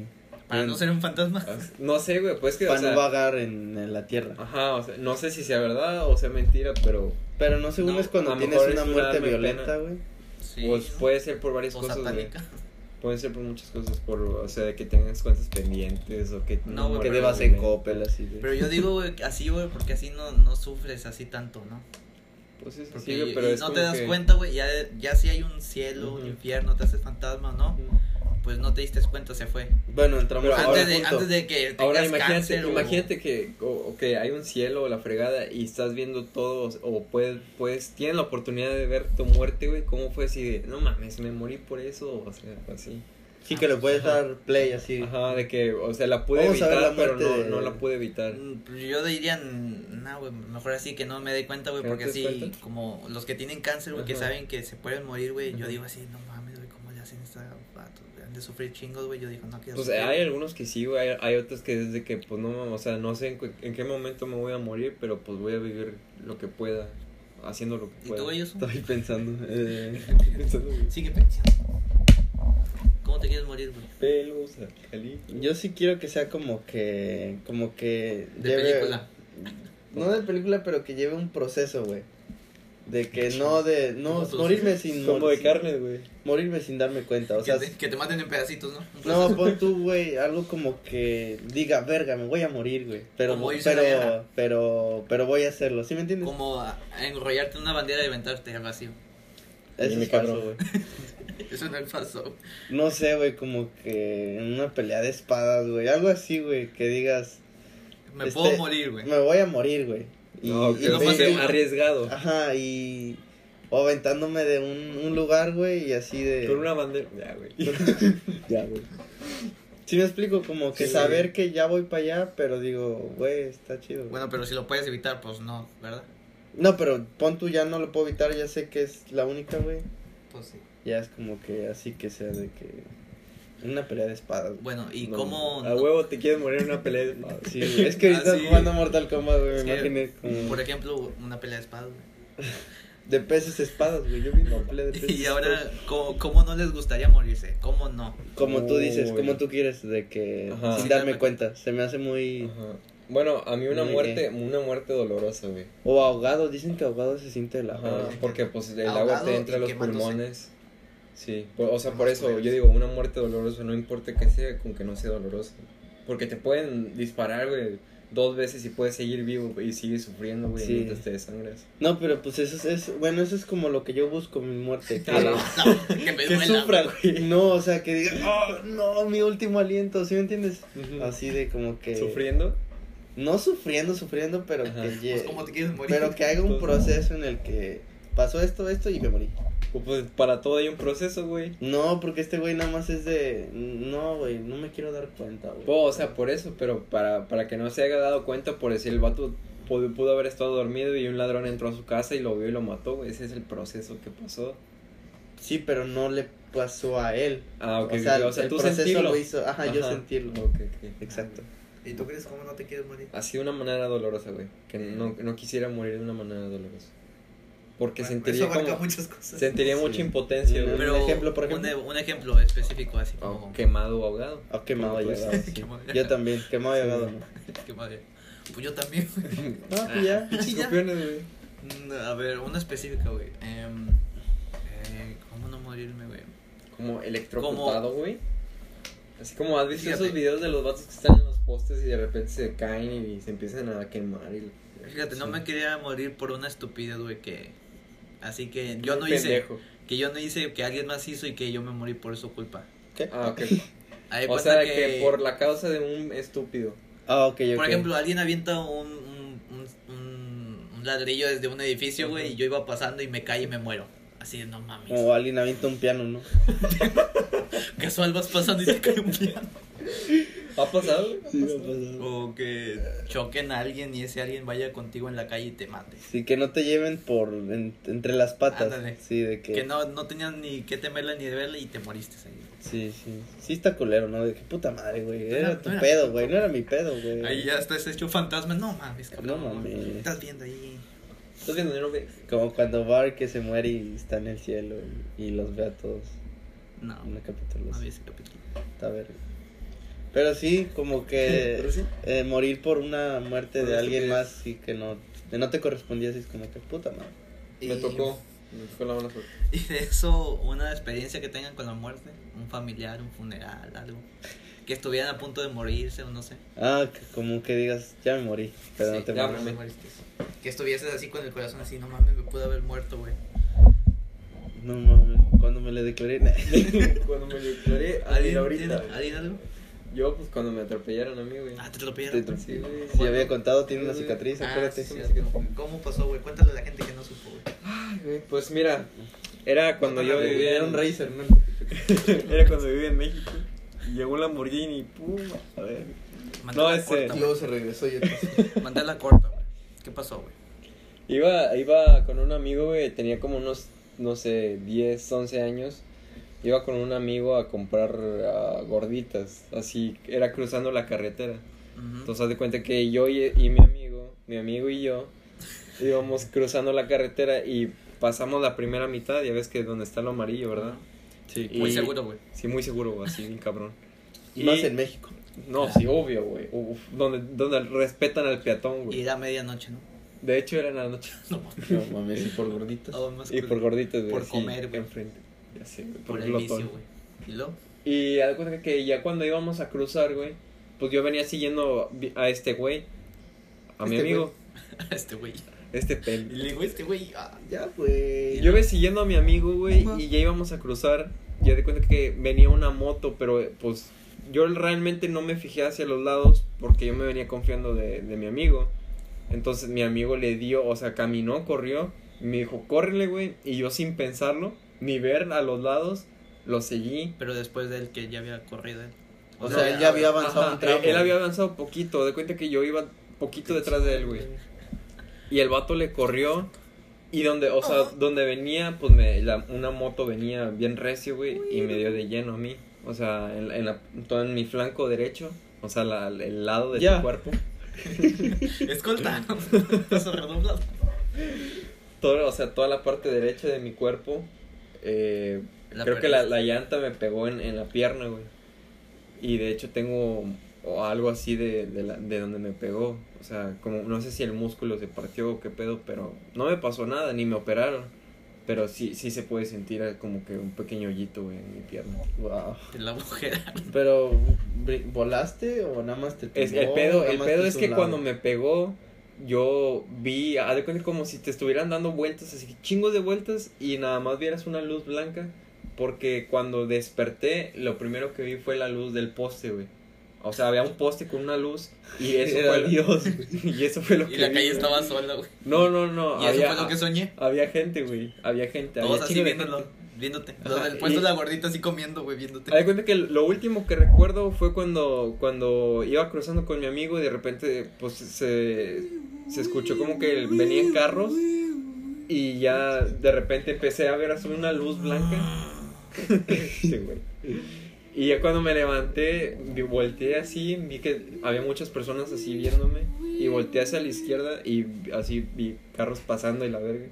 C: Para
B: pues,
C: no ser un fantasma.
B: No sé, güey, pues que, o
A: Para no
B: sea,
A: vagar en, en la tierra.
B: ajá, o sea, no sé si sea verdad o sea mentira, pero
A: Pero no según
C: No,
A: es cuando
B: a lo
A: tienes
B: mejor
A: una
B: es un
A: muerte
B: alma en pena.
A: violenta, güey.
C: Sí.
B: pues, puede ser por varias
C: o
B: cosas, güey.
C: satánica.
B: Puede ser por muchas cosas, por, o sea, de que tengas cuentas pendientes o que...
C: No, güey,
A: Que
C: pero-
A: debas en Coppel, así de.
C: Pero yo digo, güey, que así, güey, porque así no, no sufres así tanto, ¿no?
B: Pues sí, sí,
C: Porque
B: sí, güey,
C: y-
B: pero
C: y
B: es
C: no
B: como
C: te das
B: que-
C: cuenta, güey, ya, ya si hay un cielo, un
B: Ujú.
C: infierno, te haces fantasma o no,
B: Ujú.
C: pues no te diste cuenta, se fue.
A: Bueno, entramos
B: Pero
A: a
C: antes,
A: otro
C: de,
A: punto.
C: antes de que tengas
B: Ahora imagínate,
C: cáncer o-
B: imagínate que o, o que hay un cielo o la fregada y estás viendo todo o- o puedes, puedes tienen la oportunidad de ver tu muerte, güey, cómo fue así de, no mames, me morí por eso, o sea, así.
A: Sí, que le puedes dar play así.
B: Ajá, de que, o sea, la pude
A: Vamos a ver
B: evitar,
A: la
B: pero no,
A: muerte de-
B: no la pude evitar.
C: Mm, pues Yo diría, no, güey, mejor así que no me dé cuenta, güey,
B: ¿Que no
C: porque
B: te
C: así,
B: des cuenta?
C: como los que tienen cáncer, güey, que
B: Ajá.
C: saben que se pueden morir, güey, yo
B: Ajá.
C: digo así, no mames, güey, ¿cómo le hacen esta vato? güey? Han de sufrir chingos, güey, yo digo, no quiero
B: Pues
C: sufrir".
B: hay algunos que sí, güey, hay, hay otros que desde que, pues no, o sea, no sé en, cu- en qué momento me voy a morir, pero pues voy a vivir lo que pueda, haciendo lo que
C: ¿Y
B: pueda.
C: tú, ellos?
A: Estoy pensando. eh,
C: Sigue pensando. ¿Cómo te quieres morir, güey?
B: Pelos, acalí.
A: yo sí quiero que sea como que. Como que.
C: De película.
A: No de película, pero que lleve un proceso, güey. De que no de. No,
C: Como tus-
A: morirme sin.
B: Como de
A: sin-
B: carne, güey.
A: Morirme sin darme cuenta. O sea,
C: que, te, que te maten en pedacitos, ¿no? Un proceso.
A: No, pon tú, güey, algo como que diga, verga, me voy a morir, güey. Pero,
C: Como irse a la guerra.
A: pero, pero, pero voy a hacerlo, ¿sí me entiendes?
C: Como a- a enrollarte en una bandera y aventarte al vacío.
A: Eso
B: Dime,
A: es falso,
B: cabrón.
A: güey.
C: Eso no pasó.
A: No sé, güey, como que en una pelea de espadas, güey. Algo así, güey, que digas,
C: Me
A: Este,
C: puedo morir, güey.
A: me voy a morir, güey. Y,
B: No,
A: y-
B: que
C: lo
B: sí,
A: Ah,
C: más seguro-
B: arriesgado.
A: Ajá, y, O aventándome de un, un lugar, güey, y así de...
B: Con una bandera. Ya, güey. ya, güey.
A: Sí me explico, como que
C: Sí,
A: saber
C: güey.
A: que ya voy para allá, pero digo, güey, está chido. güey.
C: Bueno, pero si lo puedes evitar, pues no, ¿verdad?
A: No, pero pon tú, ya no lo puedo evitar, ya sé que es la única, güey.
C: Pues sí.
A: Ya es como que así que sea de que... Una pelea de espadas. güey.
C: Bueno, ¿y
A: No,
C: cómo...?
B: A huevo te quieres morir en una pelea de espadas.
A: Sí, güey. es que ahorita
C: Ah, sí.
A: jugando Mortal Kombat, güey,
C: Es
A: me
C: que,
A: imaginé como...
C: Por ejemplo, una pelea de espadas, güey.
A: De peces espadas, güey, yo vi una pelea de peces
C: Y ahora,
A: espadas.
C: ¿cómo, cómo no les gustaría morirse? ¿Cómo no?
A: Como tú dices,
B: Uy.
A: como tú quieres, de que...
B: Ajá.
A: Sin darme cuenta, se me hace muy...
B: Ajá. Bueno, a mí una
A: Muy
B: muerte, una muerte dolorosa, güey.
A: O ahogado, dicen que ahogado se siente la...
B: Ajá, porque pues el agua
C: Ahogado
B: te entra a
C: y
B: los
C: quemándose.
B: pulmones. Sí, por- o
A: Ah,
B: sea, por
C: Más
B: eso
A: pues.
C: culeros.
B: yo digo, una muerte dolorosa, no importa que sea, con que no sea dolorosa. Porque te pueden disparar, güey, dos veces y puedes seguir vivo güey, y sigues sufriendo, güey,
A: Sí.
B: mientras te desangras.
A: No, pero pues eso es, es- bueno, eso es como lo que yo busco mi muerte, que,
C: No, que me
A: que
C: duela,
A: sufra,
C: güey.
A: güey. No, o sea, que diga, oh, no, mi último aliento, ¿sí me entiendes?
B: Ujú.
A: Así de como que
B: ¿Sufriendo?
A: no sufriendo, sufriendo, pero
B: Ajá.
A: que
C: Pues,
A: llegue-
C: ¿Cómo te quieres morir?
A: pero que haga un
B: Entonces,
A: proceso en el que pasó esto, esto y me morí.
B: Pues para todo hay un proceso, güey.
A: No, porque este güey nada más es de no, güey, no me quiero dar cuenta, güey.
B: Po, o sea, por eso, pero para, para que no se haya dado cuenta, por decir, el vato pudo, pudo haber estado dormido y un ladrón entró a su casa y lo vio y lo mató, güey. Ese es el proceso que pasó.
A: Sí, pero no le pasó a él.
B: Ah, ok,
A: o sea,
B: ok, o sea,
A: el
B: tú
A: proceso
B: sentirlo.
A: lo hizo, ajá, yo
B: Ajá.
A: sentirlo.
B: Ok, ok.
A: Exacto.
C: ¿Y tú crees cómo no te quieres morir?
B: Así de una manera dolorosa, güey. Que no, no quisiera morir de una manera dolorosa. Porque
C: Bueno,
B: sentiría
C: Eso abarca
B: como-
C: muchas cosas.
B: Sentiría
A: Sí.
B: mucha impotencia, güey.
C: Pero
A: un ejemplo, por ejemplo.
C: Un, un ejemplo específico, así
B: O
C: como...
B: quemado o ahogado.
A: O quemado
B: Como
A: y
B: tú dices.
A: ahogado, sí.
C: Quemado.
A: Yo también, quemado y ahogado, ¿no?
C: Qué madre. Pues yo también, güey.
A: Ah, pues ya.
C: Sí, ya.
B: Escorpiones, güey.
C: Mm, A ver, una específica, güey. Em, eh, ¿Cómo no morirme, güey?
B: Como electrocutado, güey. Así como has visto
C: Fíjate.
B: esos videos de los vatos que están en los postes y de repente se caen y se empiezan a quemar. Y...
C: Fíjate, no
B: Sí.
C: me quería morir por una estupidez, güey, que... Así que yo
B: Un
C: no hice...
B: pendejo.
C: Que yo no hice, que alguien más hizo y que yo me morí por su culpa.
B: Ah, ok.
C: Ahí
B: o
C: pasa
B: sea, que... por la causa de un estúpido.
A: Ah, ok, ok.
C: Por ejemplo, alguien avienta un, un, un- un- un ladrillo desde un edificio, güey, y yo iba pasando y me caí y me muero. Así de, no
B: Ah,
C: mames.
A: O alguien avienta un piano, ¿no?
C: Casual vas pasando y te cae un piano.
B: ¿Ha pasado?
A: Sí, me ha pasado.
C: O que choquen a alguien y ese alguien vaya contigo en la calle y te mate.
A: Sí, que no te lleven por en- entre las patas.
C: Ándale.
A: Sí, de que.
C: Que no, no tenían ni que temerla ni de verla y te moriste ahí.
A: Sí, sí. Sí está culero, ¿no? De que puta madre, güey. Era,
C: era-
A: tu
C: no era
A: pedo,
C: mi
A: güey. No era mi pedo, güey.
C: Ahí ya estás hecho fantasma. No mames,
A: No
C: cabrón.
A: mames.
C: Estás viendo ahí.
B: ¿Estás viendo? Yo no ve-
A: Como cuando Bart que se muere y está en el cielo y, y los ve a todos.
C: No,
A: En el capítulo.
C: no
A: sí,
C: vi ese capítulo.
A: Está verga. Pero sí, como que
B: Pero sí.
A: eh, morir por una muerte
B: Por
A: de
B: una
A: alguien
B: estupidez.
A: más y que no, que no te correspondía, así es como que puta madre.
B: Me
C: Y-
B: tocó. Me tocó la mala suerte.
C: Y de eso, una experiencia que tengan con la muerte, un familiar, un funeral, algo. Que estuvieran a punto de morirse o no sé.
A: Ah, que como que digas, ya me morí, pero
C: Sí,
A: no te
B: ya
A: mueres.
B: me-
C: moriste. Que estuvieses así con el corazón así, no mames, me pude haber muerto, güey.
A: No mames, cuando me le declaré.
B: cuando me declaré
C: ¿Alguien
B: a ir
C: tiene-
B: ahorita. güey.
C: ¿Alguien algo?
B: Yo, pues cuando me atropellaron a mí, güey.
C: Ah, te
A: Te
C: atropellaron.
A: atro-
B: Sí, güey.
A: Si había contado, tiene una
B: Sí,
A: cicatriz,
C: Ah,
A: acuérdate.
C: sí, cierto. ¿Cómo pasó, güey? Cuéntale a la gente que no supo, güey. Ah,
B: Ay, güey, Pues mira, era cuando yo vivía
A: Era
B: en
A: un racer, ¿no?
B: Era cuando vivía en México. Y Llegó un Lamborghini y pum, a ver.
C: Mandala
B: No, ese-
C: corta, güey.
A: Luego se regresó y
C: Mandala corta, güey. ¿Qué pasó, güey?
B: Iba, iba con un amigo, güey, tenía como unos, no sé, 10, 11 años. Iba con un amigo a comprar ah, gorditas, así, era cruzando la carretera.
C: Ujú.
B: Entonces, haz de cuenta que yo y, y mi amigo, mi amigo y yo, íbamos cruzando la carretera y pasamos la primera mitad, ya ves que donde está lo amarillo, ¿verdad?
A: Sí,
B: Y-
C: Muy seguro, güey.
B: Sí, muy seguro, güey, así, bien cabrón.
A: Y más en México.
B: No, sí, obvio, güey. Uf, Donde, donde respetan al peatón,
C: Y
B: güey.
C: era medianoche, ¿no?
B: De hecho, era en la noche.
C: No mames.
B: No mames, y por gorditas.
C: Oh, más
B: y
C: cool.
B: por gorditas, güey.
C: Por
B: así,
C: comer, güey.
B: Enfrente. Ya sé, güey,
C: Por el
B: glotón.
C: vicio, güey. ¿Y luego?
B: Y haz de cuenta que ya cuando íbamos a cruzar, güey, pues yo venía siguiendo vi- a este güey, a mi
A: Este
B: amigo,
C: Este güey.
B: este
C: Y
B: pen.
C: le digo, este güey. ah.
A: Ya, güey.
B: Yo venía siguiendo a mi amigo, güey,
C: Ajá.
B: y ya íbamos a cruzar. Ya de cuenta que venía una moto, pero eh, pues yo realmente no me fijé hacia los lados porque yo me venía confiando de, de mi amigo. Entonces mi amigo le dio, o sea, caminó, corrió Me dijo, córrele, güey. Y yo sin pensarlo, ni ver a los lados, lo seguí.
C: Pero después de él que ya había corrido él.
A: O sea, él ya había avanzado un tramo.
B: él, él había avanzado poquito. De cuenta que yo iba poquito detrás de él, güey. Y el vato le corrió. Y donde, o sea, donde venía, pues me, la- una moto venía bien recio, güey. Y me dio de lleno a mí. O sea, en, la- en, la- todo en mi flanco derecho. O sea, la- el lado de tu
C: Ya.
B: cuerpo.
C: Escolta. Paso redoblado.
B: todo, o sea, toda la parte derecha de mi cuerpo. eh,
C: La
B: creo que la, la llanta me pegó en, en la pierna, güey. Y de hecho tengo o algo así de, de, la- de donde me pegó. O sea, como no sé si el músculo se partió o qué pedo, pero no me pasó nada, ni me operaron. Pero sí, sí se puede sentir eh, como que un pequeño hoyito, güey, en mi pierna. Wow.
C: la agujera.
A: Pero, bri- ¿volaste o nada más te
B: Es, el
A: tumbó,
B: pedo,
A: nada
B: el
A: más
B: pedo
A: te
B: es
A: hizo
B: que
A: un
B: cuando
A: lado?
B: me pegó, yo vi, haz de cuenta como si te estuvieran dando vueltas, así chingos de vueltas y nada más vieras una luz blanca, porque cuando desperté, lo primero que vi fue la luz del poste, güey. O sea, había un poste con una luz y eso
A: Era
B: fue lo-
A: Dios,
B: y eso fue lo que
C: Y la
B: vi,
C: calle
B: güey.
C: estaba sola, güey.
B: No, no, no.
C: Y eso fue lo que soñé.
B: Había gente, güey. Había gente.
C: Todos
B: había
C: así
B: chingo de
C: viéndolo.
B: gente.
C: Viéndote.
B: Ajá,
C: Los del puesto
B: y-
C: de la gordita así comiendo, güey, viéndote.
B: Haz de cuenta que lo último que recuerdo fue cuando, cuando iba cruzando con mi amigo y de repente pues se, se escuchó como que venían carros y ya de repente empecé a ver así una luz blanca. Sí, güey. Y ya cuando me levanté, vi- volteé así, vi que había muchas personas así viéndome y volteé hacia la izquierda y así vi carros pasando y la verga.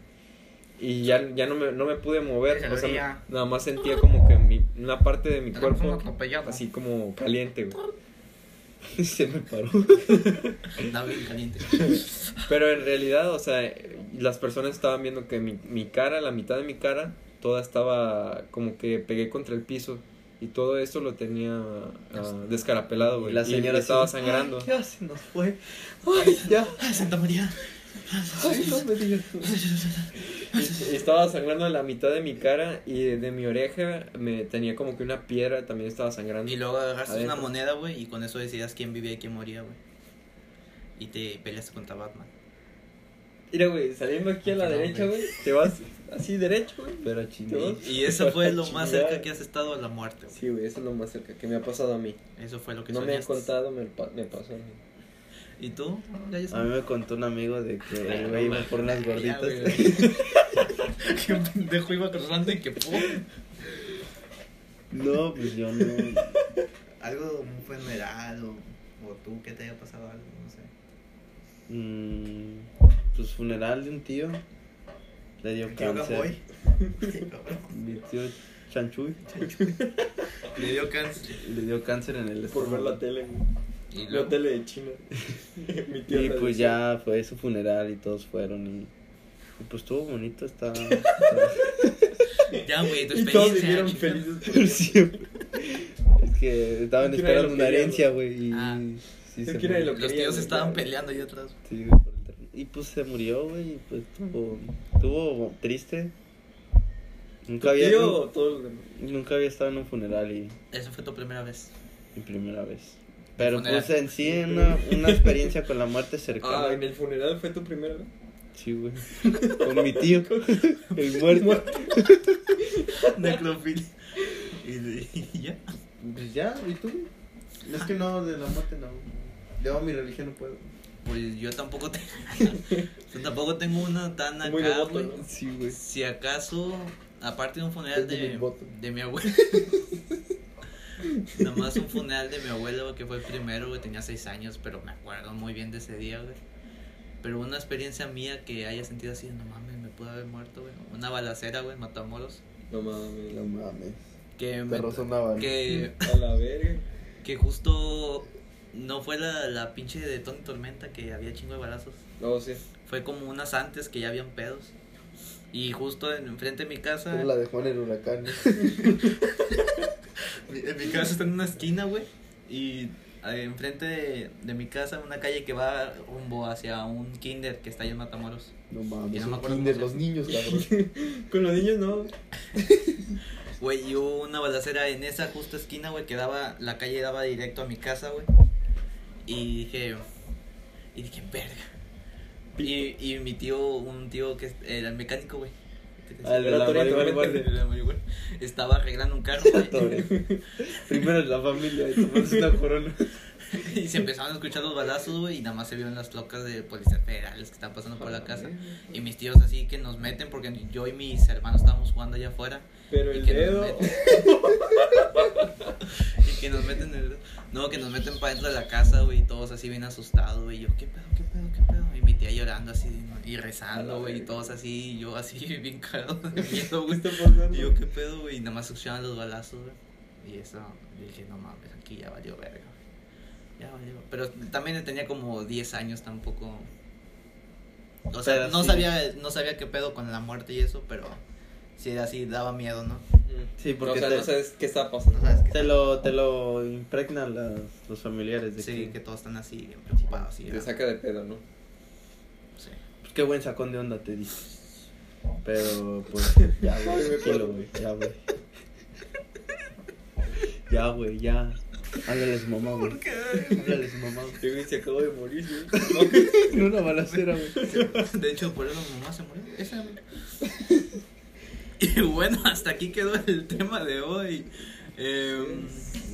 B: Y ya, ya no, me, no me pude mover, o sea,
C: Caloría.
B: nada más sentía como que mi- una parte de mi
C: Era
B: cuerpo
C: como atropellado.
B: así como caliente, güey. Se me paró.
C: Andaba bien caliente.
B: Pero en realidad, o sea, las personas estaban viendo que mi, mi cara, la mitad de mi cara, toda estaba como que pegué contra el piso. Y todo eso lo tenía ah, descarapelado, güey.
A: Y la señora
B: y estaba
A: así,
B: sangrando.
A: "Ay, ya se nos fue. Ay, ya.
C: Ah, Santa María.
A: Ay, no me digas.
B: Y- y estaba sangrando la mitad de mi cara y de, de mi oreja me tenía como que una piedra también estaba sangrando.
C: Y luego agarraste
B: Adentro.
C: una moneda, güey, y con eso decías quién vivía y quién moría, güey. Y te peleaste contra Batman.
B: Mira, güey, saliendo aquí a la
C: No,
B: derecha,
C: güey.
B: güey, te vas así derecho, güey. Pero
C: Y eso fue lo más cerca que has estado a la muerte, güey.
B: Sí, güey, eso es lo más cerca que me ha pasado a mí.
C: Eso fue lo que
B: No me han
C: soñaste.
B: contado, me, pa- me pasó a mí.
C: ¿Y tú? Ya, ya
A: A mí
C: sabes.
A: me contó un amigo de que
C: Ay,
A: el
C: no
A: güey iba
C: mames,
A: por unas
C: ya,
A: gorditas.
C: güey. Qué pendejo iba cruzando y que pum.
A: No, pues yo no.
C: Algo muy funeral o, o tú que te haya pasado algo, no sé.
A: Mm, pues funeral de un tío. Le dio
C: Tío
A: cáncer.
C: Gamboy.
A: Mi tío Chanchuy
C: Le dio cáncer.
A: le dio cáncer en el
B: Por ver
A: estómago.
B: la tele,
C: Y
B: La
C: luego,
B: tele de China. Mi tío
A: Y
B: la
A: pues
B: decía.
A: ya fue su funeral y todos fueron y, y pues estuvo bonito está
C: ya, güey, tu
B: Y todos
C: experiencia.
B: vivieron
C: chica.
B: felices.
A: es que estaban
B: Es que nadie
A: esperando
B: lo
A: una
B: quería,
A: herencia, güey, y
C: Ah.
A: sí
B: Es
A: se
B: que nadie lo
A: murió.
C: Los
B: quería,
C: tíos
B: güey,
C: estaban
B: ya.
C: peleando ahí atrás.
A: Sí, güey, por el terreno. y pues se murió, güey, y pues estuvo, estuvo triste. Nunca había,
B: Tío, o todos los demás.
A: nun- nunca había estado en un funeral y
C: Eso fue tu primera vez.
A: mi primera vez. Pero
C: Funeral.
A: pues en sí una, una experiencia con la muerte cercana.
B: Ah, en el funeral fue tu primera vez.
A: Sí, güey. Con mi tío, el muerto.
C: Necrofil. Y, y ya.
A: Pues ya, ¿y tú? Es que no, de la muerte no. Yo mi religión no puedo.
C: Pues yo tampoco tengo. yo tampoco tengo una tan
B: Muy
C: acá,
B: devoto,
C: güey.
B: ¿no?
A: Sí, güey.
C: Si acaso, aparte de un funeral
B: Es de
C: de,
B: mis votos.
C: de mi abuelo. Nada más un funeral de mi abuelo, güey, que fue el primero, güey. Tenía seis años, pero me acuerdo muy bien de ese día, güey. Pero una experiencia mía que haya sentido así, no mames, me pude haber muerto, güey. Una balacera, güey, en Matamoros.
B: No mames.
A: No mames.
C: Que
A: Te razonaban.
C: Que,
B: A la verga.
C: que justo no fue la, la pinche de Tony Tormenta que había chingo de balazos.
B: No, sí.
C: Fue como unas antes que ya habían pedos. Y justo en- enfrente de mi casa.
A: Pero la dejó en el huracán. ¿no?
C: Mi- En Eh, mi casa está en una esquina, güey. Y eh, enfrente de, de mi casa, una calle que va rumbo hacia un kinder que está ahí en Matamoros.
A: No
C: Ya
A: mames.
C: no me
A: un
C: acuerdo
A: kinder,
C: cómo
A: los
C: se
A: niños, cabrón.
B: Con los niños no.
C: Güey, y hubo una balacera en esa justa esquina, güey, que daba, la calle daba directo a mi casa, güey. Y dije, y dije, verga. Y, y mi tío, un tío que era el mecánico, güey.
A: Ah, el de la
C: Torito,
A: marihuana.
C: Torito, el de la marihuana. Estaba arreglando un carro, güey.
A: Primero la familia, y tomarse una corona.
C: Y se empezaron a escuchar los balazos, güey, y nada más se vieron las locas de policías federales que están pasando por la casa. Y mis tíos así que nos meten porque yo y mis hermanos estábamos jugando allá afuera.
L: Pero
C: y
L: el
C: que nos
L: dedo.
C: meten- y que nos meten el- No, que nos meten para dentro de la casa, güey, y todos así bien asustados, güey. y Yo, ¿qué pedo, qué pedo, qué pedo? Y mi tía llorando así y rezando, güey, y todos así, y yo así bien cagado de miedo, güey. Y yo, ¿qué pedo, güey? Y nada más escuchaban los balazos, güey. Y eso, dije, no mames, aquí ya valió verga. Ya valió. Pero también tenía como 10 años tampoco. O sea,
A: Pero
C: no
A: sí.
C: sabía no sabía qué pedo con la muerte y eso, pero si era así daba miedo, ¿no?
A: Sí, porque
B: o sea,
A: te-
B: no sabes qué está pasando.
A: Te lo, te lo impregnan las- los familiares. De
C: Sí,
A: que,
C: que todos están así, bien preocupados. sí,
B: Te
C: ya.
B: saca de pedo, ¿no?
C: Sí.
A: Pues qué buen sacón de onda te di. Pero, pues, ya, güey, tranquilo, güey, ya, güey. Ya, güey, ya. Háblale a su mamá, güey. Háblale a su mamá.
B: Yo se acabo de morir,
A: En una balacera, güey.
C: De hecho, por eso mi mamá se murió. Esa, güey. Y bueno, hasta aquí quedó el tema de hoy. Eh,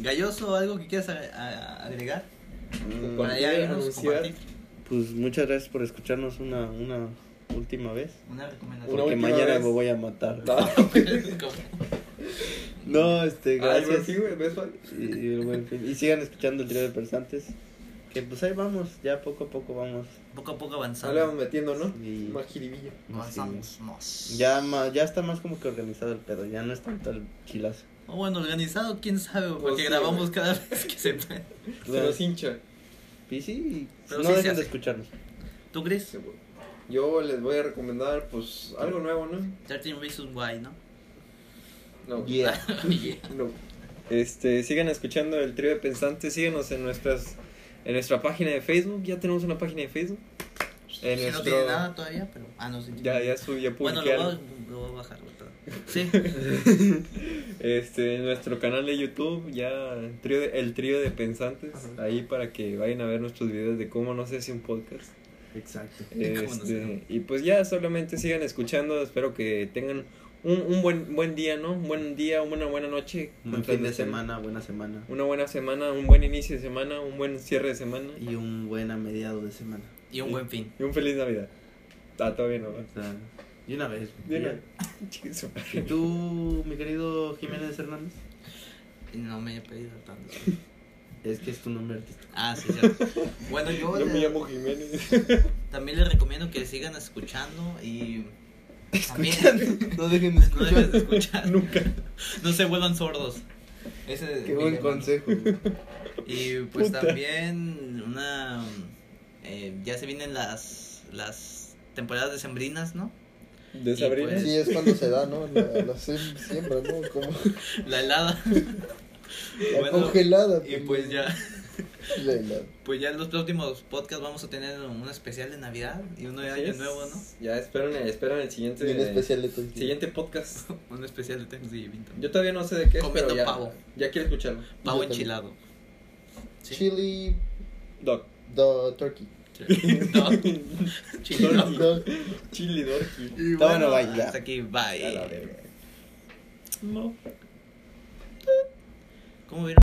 C: Galloso, ¿algo que quieras a- a- agregar?
B: Mm.
C: Para allá irnos, compartir
A: Pues muchas gracias por escucharnos una, una última vez.
C: una recomendación.
A: Porque mañana me voy a matar. No, este,
B: Ay, güey,
A: gracias.
B: sí, güey, ¿ves, Juan?
A: y, y el buen fin. Y sigan escuchando el trío de pensantes. Que pues ahí vamos, ya poco a poco vamos.
C: Poco a poco
B: Ahora le vamos
C: avanzando.
B: metiendo, ¿no?
A: Y
B: Más jiribilla.
C: Avanzamos más.
A: ya, ma- ya está más como que organizado el pedo, ya no es tanto el chilazo.
C: O bueno, organizado, quién sabe, porque
B: sí,
C: grabamos cada vez que se puede.
B: Se nos hincha.
A: Y sí,
C: Pero sí
A: no
C: se
A: dejen
C: hace.
A: de escucharnos.
C: ¿Tú crees?
B: Yo les voy a recomendar, pues, algo nuevo, ¿no?
C: 13 Reasons Why, ¿no?
B: No.
A: Yeah.
C: Yeah.
B: No. Este, sigan escuchando el trío de pensantes, síganos en nuestras en nuestra página de Facebook, ya tenemos una página de Facebook. En
C: Sí, Pues,
B: nuestro
C: No tiene nada todavía, pero. Ah, no, sí.
B: ya ya subí ya publiqué
C: Bueno, lo
B: algo.
C: voy, a, lo voy a bajar, güey, perdón. Sí.
B: Este, en nuestro canal de YouTube, ya el trío de, el trío de pensantes, ahí para que vayan a ver nuestros videos de cómo no se hace un podcast.
A: Exacto.
C: ¿Cómo no
B: Este,
C: sé?
B: y pues ya solamente sigan escuchando, espero que tengan un, un buen buen día, ¿no? Un buen día, una buena noche.
A: Buen fin de semana, buena semana.
B: Una buena semana, un buen inicio de semana, un buen cierre de semana
A: Y un buen a mediado de semana.
C: Y un buen fin.
B: y un feliz Navidad. Ah, todavía no. ¿verdad?
A: O sea, y una vez.
B: Bien,
A: ya.
B: bien. Chingue su madre.
A: ¿Y tú, mi querido Jiménez Hernández?
C: No me he pedido tanto.
A: Es que es tu nombre artístico.
C: Ah, sí, cierto. Bueno, yo,
B: Yo
C: le-
B: me llamo Jiménez.
C: también les recomiendo que sigan escuchando y. También,
A: No dejen
C: no dejen de escuchar. Nunca. No se vuelvan sordos. Ese es
A: Qué
C: mi
A: buen
C: lema.
A: consejo. güey.
C: Y pues
B: Puta.
C: también una eh, ya se vienen las las temporadas decembrinas, ¿no?
B: ¿De Sabrina?
C: pues-
L: Sí, es cuando se da, ¿no? La, la sem- siembra, ¿no? Como
C: La helada.
L: la
C: Bueno,
L: congelada.
C: Y pues ya
L: La helada.
C: pues ya en los próximos podcasts vamos a tener un especial de Navidad y uno de
B: Así
C: año
B: es.
C: nuevo, ¿no?
B: Ya esperan, esperan el siguiente
L: Bien especial de todo.
B: siguiente podcast.
C: Un especial de Thanksgiving.
B: Yo todavía no sé de qué es,
C: Comiendo
B: pero ya,
C: pavo.
B: ya quiero escucharlo.
L: Yo
C: Pavo
L: también.
C: enchilado. Sí.
L: Chili
B: Doc.
L: the turkey.
C: No. Chileno.
L: Dog.
B: Chili Dorky.
C: Y
A: Está bueno, bye, ya.
C: Hasta aquí,
B: A la
C: bye.
B: verga.
C: ¿Cómo vieron?